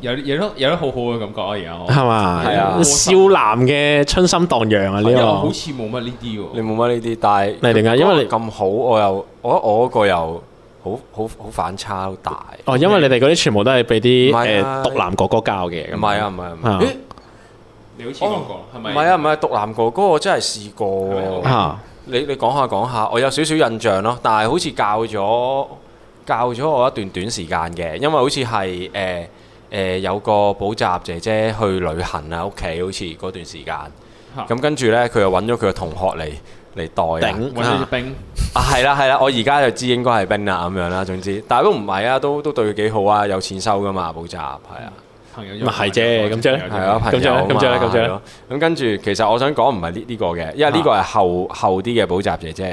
C: 有有得有得好好嘅感覺啊！而家我
A: 係嘛？
B: 係啊
A: 少男嘅春心蕩漾啊！呢
C: 因為我好
A: 個
C: 似冇乜呢啲喎。
B: 你冇乜呢啲，但係
A: 你點解因為你
B: 咁好，我又我覺得我嗰個又好好好反差好大。
A: 哦，因為你哋嗰啲全部都係俾啲
B: 唔係
A: 誒
B: 啊
A: 獨男哥哥教嘅，咁
B: 唔係啊，唔係啊唔係
A: 啊
B: 啊，咦
C: 你好似講過係
B: 唔
C: 咪？
B: 係啊，唔係獨男哥哥，我真係試過
C: 係咪
B: 喎。
A: 嚇
B: 你你講下講下，我有少少印象咯，但係好似教咗教咗我一段短時間嘅，因為好似係誒誒有個補習姐姐去旅行啊，屋企好似嗰段時間。
C: 嚇
B: 咁跟住呢，佢又揾咗佢嘅同學嚟嚟代啊。
A: 頂
C: 揾咗隻
A: 啊
C: 冰，
B: 啊，係啦係啦，我而家就知應該係冰啦咁樣啦，總之，但係都唔係啊，都都對佢幾好啊，有錢收噶嘛補習，係啊，
C: 朋友
A: 咪係啫咁啫
B: 係啊，
A: 咁
B: 朋
A: 就
B: 友
A: 呢
B: 啊
A: 咁就呢
B: 嘛
A: 咁就呢
B: 係咯咁跟住其實我想講唔係呢呢個嘅，因為呢個係
A: 嗯
B: 後後啲嘅補習姐姐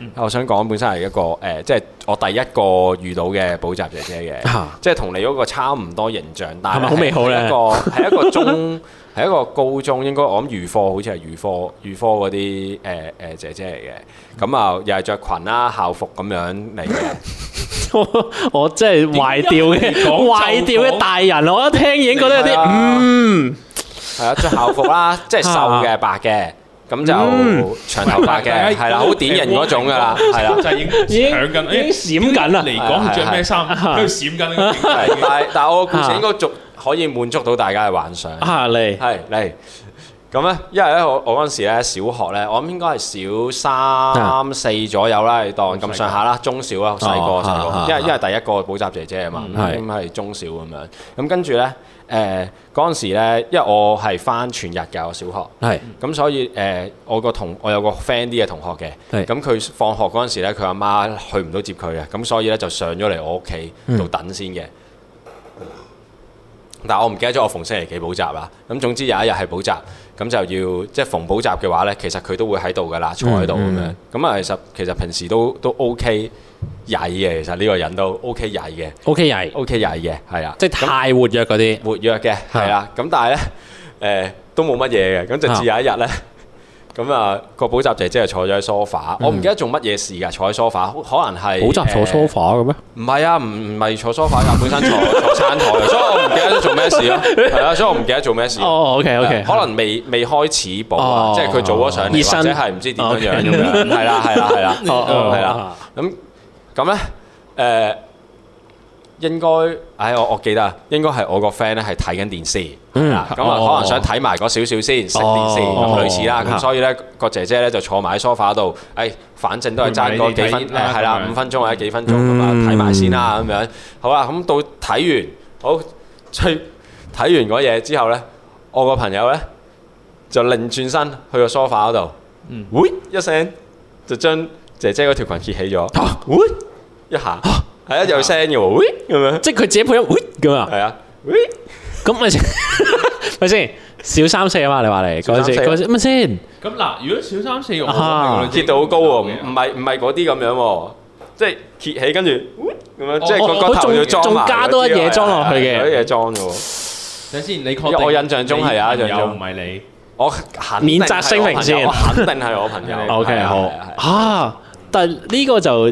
B: 嚟嘅，我想講本身係一個誒，即係我第一個遇到嘅補習姐姐嘅，
A: 嚇，
B: 即係同你嗰個差唔多形象，但
A: 啊係咪好美好呢
B: 係一個係一個中 係一個高中，應該我諗預科好似係預科預科嗰啲誒誒姐姐嚟嘅，咁啊又係着裙啦校服咁樣嚟嘅。
A: 我我真係壞掉嘅
C: 點解你講就
A: 壞掉嘅大人，我一聽已經覺得有
B: 係
A: 啲
B: 啊
A: 嗯
B: 係啊，着校服 啦，即係瘦
A: 啊
B: 嘅白嘅，咁
A: 嗯
B: 就長頭髮 嘅，係啦，好典型嗰種噶啦，係啦。
C: 就已
A: 已
C: 經
A: 經
C: 搶緊，
A: 已經閃緊啦
C: 嚟講佢着咩衫，喺度閃緊呢個
B: 係
C: 景
B: 但
C: 色。
B: 係但係我個故事應該足可以滿足到大家嘅幻想。
A: 啊嚟
B: 係嚟咁咧，因為咧我我嗰陣時咧小學咧，我諗應該係
A: 啊
B: 小三四左右啦，你當咁上下啦，中小啦，細個
A: 哦
B: 細
A: 啊啊
B: 個，因為因為第一個補習姐姐啊嘛，
A: 嗯係
B: 咁係中小咁樣。咁跟住咧，誒嗰陣時咧，因為我係翻全日㗎，我小學。
A: 係
B: 咁所以誒、呃我個同我有個 friend 啲嘅同學
A: 係
B: 嘅，咁佢放學嗰陣時咧，佢阿媽去唔到接佢嘅，咁所以咧就上咗嚟我屋企
A: 嗯
B: 度等先嘅。啊但係我唔記得咗我逢星期幾補習啦。咁總之有一日係補習，咁就要即係逢補習嘅話咧，其實佢都會喺度噶啦，坐喺度咁樣
A: 嗯。
B: 咁啊，其實其實平時都都 OK 曳嘅，其實呢個人都 OK 曳嘅
A: O K 曳，
B: ，OK 曳嘅，係啊，
A: 即係太活躍嗰啲，
B: 活躍嘅，係啦。咁但係咧，誒都冇乜嘢嘅。咁直至有一日咧，咁啊個補習姐姐係坐咗喺 sofa，我唔記得做乜嘢事㗎，坐喺 sofa，可能係
A: 嗯補習坐
B: 誒
A: sofa 嘅咩？
B: 唔係啊，唔唔係坐 sofa 㗎，本身坐坐餐台，所以我唔記得咗做咩事 咯。係啊，所以我唔記得做咩事。
A: 哦，O K O K，
B: 呃可能未未開始補啊
A: 哦，
B: 即係佢早咗上嚟，
A: 熱身哦
B: 或者係唔知點樣樣
A: OK
B: 咁樣。係啦，係啦，係啦，
A: 哦
B: 係啦。咁咁咧，誒應該，唉，我我記得啊，應該係我個 friend 咧係睇緊電視，係啦，咁啊
A: 哦
B: 可能想睇埋嗰少少先，食電視
A: 哦
B: 咁類似啦，咁
A: 嚇
B: 所以咧個姐姐咧就坐埋喺 sofa 度，誒，反正都係爭嗰幾
C: 陪埋
B: 分，
C: 你哋睇啦
B: 誒係啦
C: 咁，
A: 嗯
C: 樣
B: 五分鐘或者幾分鐘咁啊，睇埋先啦咁樣。好啦，咁到睇完，好最睇完嗰嘢之後咧，我個朋友咧就擰轉身去個 sofa 嗰度，
C: 嗯
B: 喂一聲。就將姐姐嗰條裙揭起咗，喂一下，係啊有聲嘅喎，喂咁樣，
A: 即係佢自己配音喂咁啊，
B: 係啊，喂
A: 咁咪 先，咪先小三四啊嘛？你話嚟嗰陣時，
B: 小三
A: 嗰陣
B: 四
A: 時咪先，
C: 咁嗱，如果小三四我
A: 啊
B: 揭到好高喎，唔唔係唔係嗰啲咁樣喎，即係揭起跟住喂咁樣，即係個
A: 哦
B: 個頭
A: 仲
B: 要裝埋啊
A: 仲加多一嘢裝落去嘅
B: 有一嘢裝嘅喎，
C: 等先，你
B: 因
C: 確
B: 為
C: 定？
B: 我印象中係啊
C: 你朋友
B: 印象
C: 唔
B: 中
C: 係你，
B: 我肯
A: 免責聲明先
B: 定係我朋友我肯定係 我朋友
A: O K
B: 係啊
A: 好
B: 係啊係啊
A: 啊，但係呢個就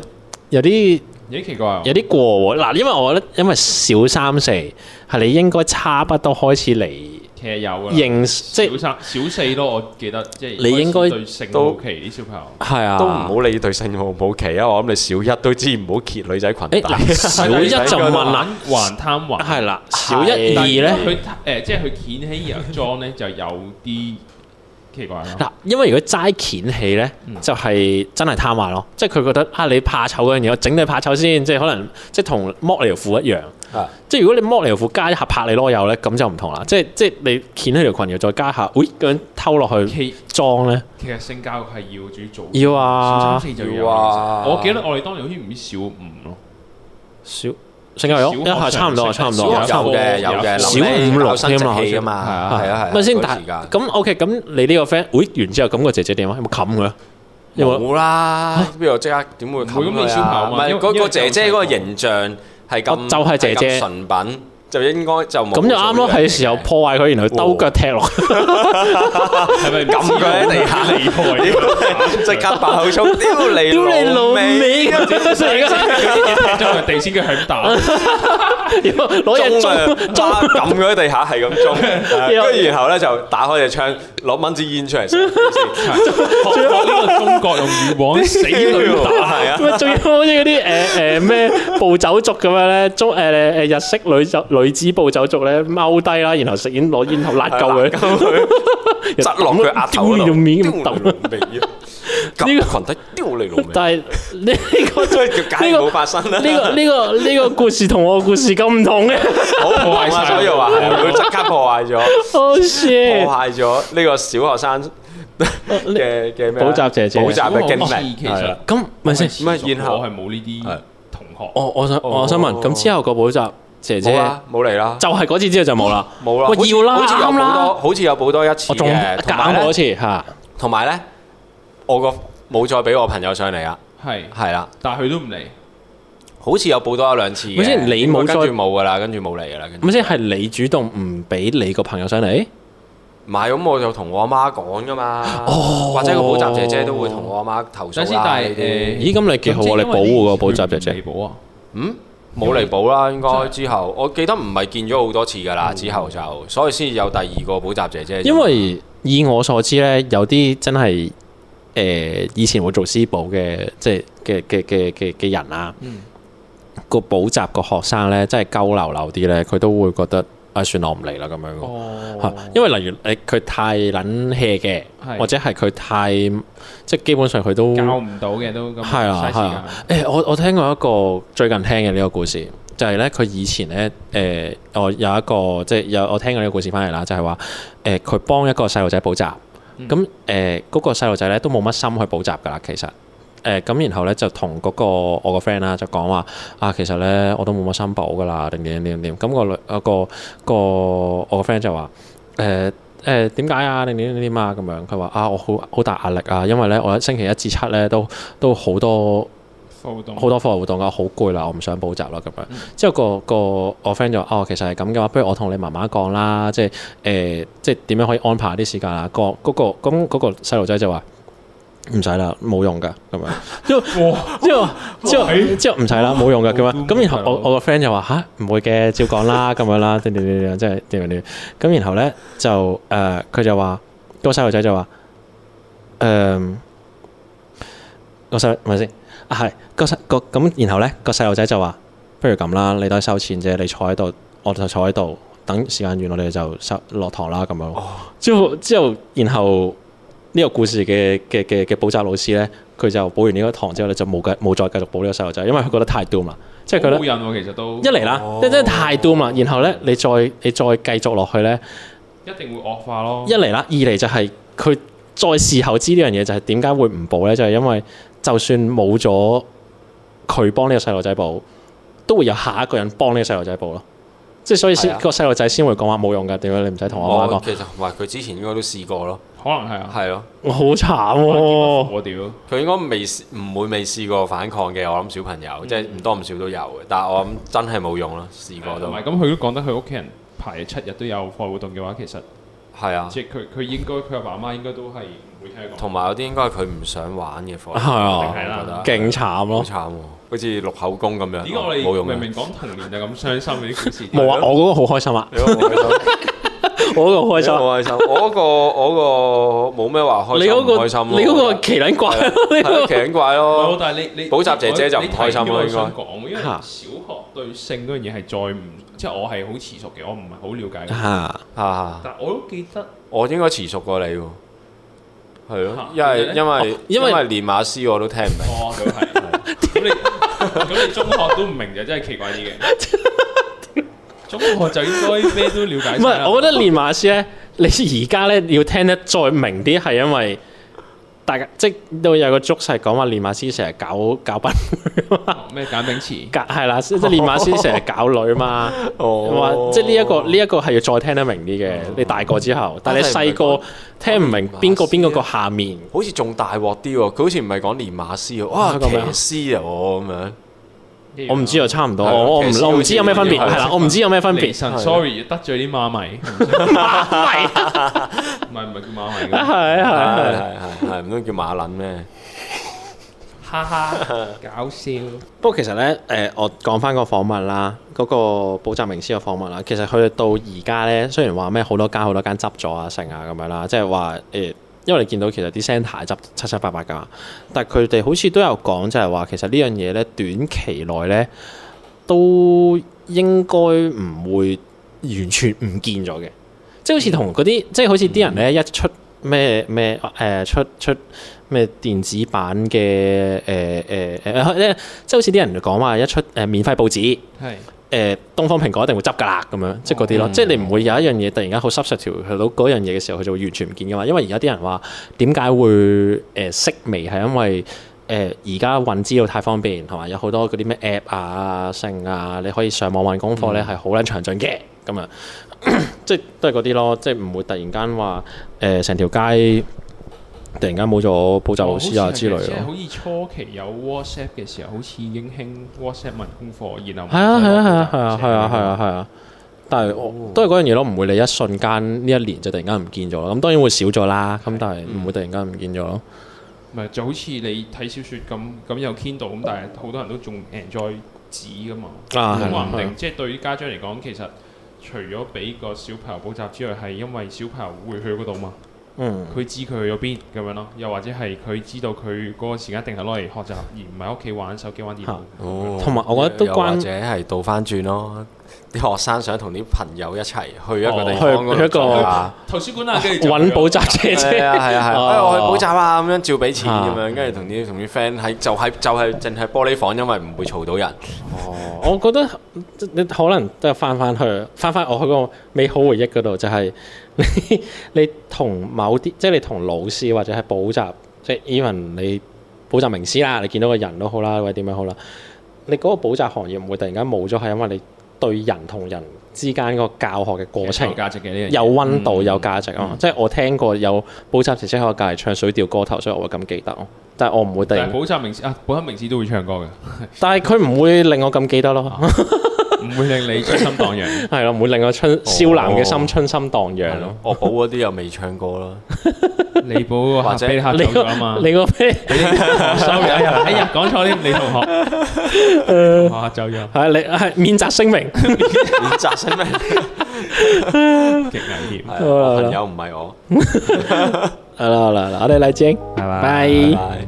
A: 有啲。
C: 咦奇怪喎
A: 有啲過喎，嗱，因為我覺得，因為小三四係你應該差不多開始嚟
C: 其實有㗎啦。
A: 認識，即係
C: 小三小四咯，我記得即係
A: 你應該
C: 開始對性好奇啲小朋友。
A: 係啊，
B: 都唔好理對性好唔好奇啊！我諗你小一都知唔好揭女仔裙
A: 誒
B: 底，
A: 嗱， 小一就問啦，
C: 還貪還
A: 係啦，小一
B: 係
A: 二
C: 但係
A: 咧，
C: 如果佢誒即係佢掀起然後裝咧，就有啲奇怪咯。
A: 嗱，因為如果齋掀起咧，就係真係貪玩咯，即係佢覺得啊，你怕醜嗰樣嘢，我整你怕醜先，即係可能即係同剝你條褲一樣，
B: 啊
A: 即係如果你剝你條褲加一下拍你囉柚咧，咁就唔同啦，即係即係你掀起條裙，又再加一下，喂咁樣偷落去
C: 其
A: 裝咧，
C: 其實性教育係要主要做，
A: 要啊
C: 小三四就
B: 要
C: 要
B: 啊
C: 啊。我記得我哋當年好似唔知小五咯，
A: 小性教育一下差唔多，差唔
B: 小
A: 多，
B: 學
A: 差唔多
B: 有嘅有嘅，
A: 小五六添啦
B: 啊
A: 好
B: 嘛，
C: 似係啊
B: 係啊係啊，
A: 咪先？
B: 嗰
A: 但
B: 時間
A: 咁 OK，咁你呢個 friend，喂完之後，咁個姐姐點啊？有冇冚佢？有冇？
B: 冇啦，邊度即刻點會
C: 唔會咁
B: 冚
C: 你
B: 佢
C: 小
B: 啊？
C: 朋友
B: 唔
C: 嘛
B: 係
C: 因為
B: 嗰
C: 因
B: 個
C: 為
B: 姐姐嗰個形象係
A: 哦
B: 咁，
A: 就係姐姐
B: 係咁純品，就應該就冇
A: 咁就啱咯，
B: 做呢樣嘢
A: 係時候破壞佢，然後兜腳踢落。
C: 係 咪
B: 撳佢喺地下
C: 厲害？
B: 即刻爆 口衝，屌你
A: 屌你老
B: 味！
A: 味！
C: 佢踢咗佢地先，佢係 咁打。
A: 攞嘢
B: 中啊！
A: 中中
B: 啊撳佢喺地下係咁 中，跟
A: 然後
B: 住然後咧就打開隻窗，攞蚊子煙出 嚟食，
C: 學呢個中國用 魚網死女打。
B: 係啊！
A: 咩？仲要好似嗰啲誒誒咩暴走族咁樣咧，中誒誒誒日式女走女子暴走族咧，踎低啦，然後食煙攞煙頭辣鳩佢，
B: 窒落佢額頭
A: 屌你
B: 嗰
A: 條
B: 度，
A: 面
B: 屌
A: 咁
B: 你
A: 揼
B: 老。味 啊！
A: 呢
B: 呢
A: 個
B: 個群體屌你老味，
A: 但係呢 個
B: 所以就梗係冇發生啊啦。
A: 呢個呢個呢個故事同我故事咁唔同嘅，
B: 好破壞
C: 壞
B: 晒，
C: 晒
B: 所以 話係佢即刻破壞 咗，
A: 好
B: 破
A: shit！
B: 壞咗呢個小學 生嘅嘅咩啊
A: 補習姐姐
B: 補習嘅經
C: 好似
B: 歷
C: 其實
B: 係啦
A: 咁咪先，
B: 唔係然後
C: 我係冇呢啲
B: 係
C: 同學。
A: 我哦我
B: 哦
A: 想我想問，咁之後個補習姐姐
B: 冇啦，冇嚟啦，
A: 就係嗰次之後就冇啦，
B: 冇啦，
A: 喂
B: 好似
A: 要啦
B: 好似有
A: 啱
B: 補
A: 啦
B: 多，好似有補多一次
A: 我仲
B: 嘅，同
A: 減
B: 埋
A: 嗰
B: 咧，
A: 次嚇。
B: 同埋咧，我個冇再俾我朋友上嚟啊，
C: 係，
B: 係啦，
C: 但係佢都唔嚟。
B: 好似有補多一兩次嘅，
A: 咪先你冇
B: 應該
A: 再
B: 跟住冇噶啦，跟住冇嚟噶啦，跟住
A: 咁先係你主動唔俾你個朋友上嚟？
B: 唔係咁我就同我阿媽講噶嘛，
A: 哦
B: 或者個補習姐姐都會同我阿媽投訴
C: 等先，
B: 啦
C: 但
B: 呢
C: 係
B: 啲，
A: 咦咁你幾好啊你保護個補習姐姐
C: 保啊！
B: 嗯。冇嚟補
C: 嗯
B: 啦，應該之後，我記得唔係見咗好多次噶啦，之後就，所以先有第二個補習姐姐。
A: 因為以我所知咧，有啲真係誒、呃以前會做私補嘅，即係嘅嘅嘅嘅嘅人啊，
C: 嗯
A: 個補習個學生咧，真係鳩流流啲咧，佢都會覺得啊，算啦，我唔嚟啦咁樣嘅。嚇
C: 哦，
A: 因為例如誒佢太撚 hea 嘅，
C: 係
A: 或者係佢太即係基本上佢都
C: 教唔到嘅都咁
A: 係啊係
C: 嘥時間
A: 啊，誒、我我聽過一個最近聽嘅呢個故事，就係咧佢以前咧誒、我有一個即係有我聽過呢個故事翻嚟啦，就係話誒佢幫一個細路仔補習，
C: 嗯
A: 咁誒嗰個細路仔咧都冇乜心去補習㗎啦，其實。誒咁、然後咧就同嗰、個我個 friend 啦，就講話啊，其實咧我都冇乜心補㗎啦，定點點點點。咁、個女啊個個我個 friend 就話誒、誒點解啊？你點點點啊？咁樣佢話啊，我好好大壓力啊，因為咧我一星期一至七咧都都好多
C: 互動
A: 好多課外活動啊，好攰啦，我唔想補習啦咁樣。之後個個我 friend 就話哦，其實係咁嘅話，不如我同你媽媽講啦，即係誒、呃即係點樣可以安排啲時間啊？個嗰、個咁嗰個細路仔就話。唔使啦，冇用噶咁樣。
C: 哇，
A: 之後之後
C: 喂
A: 之後唔使啦，冇用噶咁
C: 好
A: 樣。
C: 都
A: 咁然後我
C: 冇
A: 我個 friend 就話吓，唔會嘅，照講啦咁樣啦，點點點點，即係點點點。咁然後咧就誒佢就話個細路仔就話誒個細咪先啊係個細個咁，然後咧個細路仔就話不如咁啦，你都係收錢啫，你坐喺度，我就坐喺度。等時間完，我哋就收落堂啦咁
C: 哦
A: 樣。之後之後，然後呢個故事嘅嘅嘅嘅補習老師咧，佢就補完呢個堂之後咧，就冇繼冇再繼續補呢個細路仔，因為佢覺得太 doom 啦，即係覺得
C: 好人喎，其實都
A: 一嚟啦，即係真係太 doom 啦。然後咧，你再你再繼續落去咧，
C: 一定會惡化咯。
A: 一嚟啦，二嚟就係佢再事後知呢樣嘢，就係點解會唔補咧？就係、因為就算冇咗佢幫呢個細路仔補，都會有下一個人幫呢個細路仔補咯。即係所以
B: 係
A: 先
B: 啊
A: 個細路仔先會講話冇用㗎，點解你唔使同我媽
B: 我
A: 講？
B: 其實同埋佢之前應該都試過咯，
C: 可能係啊，
B: 係咯，
A: 我好慘喎、
C: 我屌，
B: 佢應該未試唔會未試過反抗嘅，我諗小朋
C: 嗯
B: 友即係唔多唔少都有嘅，但係我諗真係冇用咯，試過都
C: 同埋咁佢都講得佢屋企人排七日都有課外活動嘅話，其實
B: 係啊，
C: 即係佢佢應該佢阿爸媽應該都係唔會聽佢講。
B: 同埋有啲應該係佢唔想玩嘅課，
A: 係啊
B: 我覺得
A: 勁慘
B: 好
A: 咯
B: 慘！喎，好似錄口供咁樣，哦
C: 點解我
B: 冇
C: 哋
B: 用
C: 明
B: 啊嘅
C: 明講童年就咁傷心嘅啲故事？
A: 冇啊，我嗰個好開心啊，
B: 你好開心。
A: 我嗰個好開心啊。
B: 好開心。 我嗰個我嗰個冇咩話開
A: 你
B: 心
A: 嗰
B: 唔
A: 個
B: 開心咯
A: 你嗰個奇撚怪啊咯，你
B: 係
A: 嗰
B: 咯
A: 個
B: 奇撚怪
C: 唔係喎
B: 咯。
C: 但係你你
B: 補習姐姐就唔開心咯
C: 你提
B: 應該
C: 呢個我想講，因為
A: 嚇
C: 小學對性嗰樣嘢係再唔即係我係好遲熟嘅，我唔係好了解嘅。
A: 嚇
B: 嚇！
C: 但我都記得
B: 我應該遲熟過你喎。係咯
C: 嚇，
B: 因為因為
A: 哦因
B: 因
A: 為
B: 為練馬師我都聽唔明。
C: 哦，咁係 咁你咁你中學都唔明就真係奇怪 啲嘅。中學就應該咩都了解
A: 唔
C: 晒啦
A: 係，我覺得練馬師咧，你而家咧要聽得再明啲，係因為大家即係都有個足勢講話練馬師成日搞搞賓妹啊嘛，
C: 咩簡炳池
A: 搞係啦，即係練馬師成日搞女嘛，
B: 哦
A: 話哦即係呢一個呢一個係要再聽得明啲嘅，你大個之後，但係你細個聽唔明邊個邊個個下面，
B: 好似仲大鑊啲喎，佢好似唔係講練馬師喎，哇
A: 啊咁樣
B: 騎師啊我咁樣，
A: 我唔知啊，差唔多，
B: 係啊
A: 我我唔
B: 其實
A: 我唔知有咩分別，
B: 好似
A: 係啦，我唔知有咩分
C: 離
A: 別，
C: 神
B: 係
C: ，sorry 得罪啲馬迷，唔係唔係叫馬
A: 係
C: 迷嘅，
A: 係係。
B: 係係係，唔通叫馬撚咩？
C: 哈哈，搞笑。
A: 不過其實咧，誒、我講翻個訪問啦，嗰、個補習名師嘅訪問啦，其實佢哋到而家咧，雖然話咩好多間好多間執咗啊、成啊咁樣啦，即係話誒，因為你見到其實啲 centre 執得七七八八㗎嘛，但係佢哋好似都有講就係話，其實呢樣嘢咧，短期內咧都應該唔會完全唔見咗嘅，即係好似同嗰啲，即係好似啲人咧一出咩咩啊誒出出咩電子版嘅呃誒誒誒咧，即係好似啲人就講話一出誒、呃免費報紙。誒、
C: 係
A: 呃東方蘋果一定會執㗎啦，咁樣即係嗰啲咯，
B: 嗯
A: 即係你唔會有一樣嘢突然間好 substitute 去到嗰樣嘢嘅時候，佢就會完全唔見㗎嘛。因為而家啲人話點解會誒、式微係因為誒而家揾資料太方便，同埋有好多嗰啲咩 app 啊、剩啊，你可以上網揾功課咧係好撚詳盡嘅咁樣，即係都係嗰啲咯，即係唔會突然間話誒成條街突然間冇咗補習
C: 哦
A: 老師啊之類
C: 即係
A: 咯。
C: 好似初期有 WhatsApp 嘅時候，好似已經興 WhatsApp 問功課，然後
A: 係啊係啊係啊係
C: 係
A: 啊係啊係啊係啊！但係我都係嗰樣嘢咯，唔會你一瞬間呢一年就突然間唔見咗啦。咁當然會少咗啦，咁但係唔會突然間唔見咗咯。
C: 唔係就好似你睇小説咁，咁有 Kindle 咁，但係好多人都仲 enjoy 紙噶嘛。
A: 啊
C: 嗯咁
A: 係
C: 話
A: 啊係
C: 唔
A: 啊
C: 定，即係對於家長嚟講，其實除咗俾個小朋友補習之外，係因為小朋友會去嗰度嘛，
A: 嗯，
C: 佢知佢去咗邊咁樣咯，又或者係佢知道佢嗰個時間一定係攞嚟學習，而唔係喺屋企玩手機玩電腦
A: 嚇。
B: 哦
A: 同埋我覺得都
B: 又
A: 關
B: 或者係倒翻轉咯，啲學生想同啲朋友一齊去一個地
A: 哦
B: 方
A: 去一個
B: 嗰度做下
C: 圖書館啊，跟住
A: 揾補習姐
B: 係
A: 姐
B: 啊係啊係
A: 哦
B: 啊，哎我去補習啊咁樣照俾錢
A: 啊
B: 咁樣，跟住同啲同啲 friend 喺就喺就係淨係玻璃房，因為唔會嘈到人。
A: 哦，我覺得即你可能都係翻翻去翻翻我去個美好回憶嗰度，就係、 你你同某啲即係你同老師或者係補習，即係 even 你補習名師啦，你見到個人都好啦，或者點樣好啦，你嗰個補習行業唔會突然間冇咗，係因為你對人同人之間個教學嘅過程
C: 有價值嘅呢樣嘢
A: 有温度、
C: 嗯
A: 有價值啊！
C: 嗯
A: 即係我聽過有補習時即刻教嚟唱水調歌頭，所以我會咁記得咯。但係我唔會突
C: 但係
A: 然，
C: 補習名師啊，補習名師都會唱歌嘅，
A: 但係佢唔會令我咁記得咯，
C: 唔會令你春心蕩 漾。
A: 係咯，唔會令我春少男嘅心春心蕩漾
B: 係
A: 咯
B: 咯。，我補嗰啲又未唱歌 啦，
C: 你補個
B: 或
C: 客
B: 者
C: 俾你嚇
A: 你
C: 走咗啊嘛
A: 個。你個咩？
C: 收咗人，哎呀，講錯添，你同學，同學走咗，
A: 係啊你係免責聲明。
B: 練習 聲咩？
C: 極危險。
B: 係啊我朋友唔係我，
A: 好啦好啦，好啦我哋嚟見，
C: 拜拜
A: 拜。
B: 係。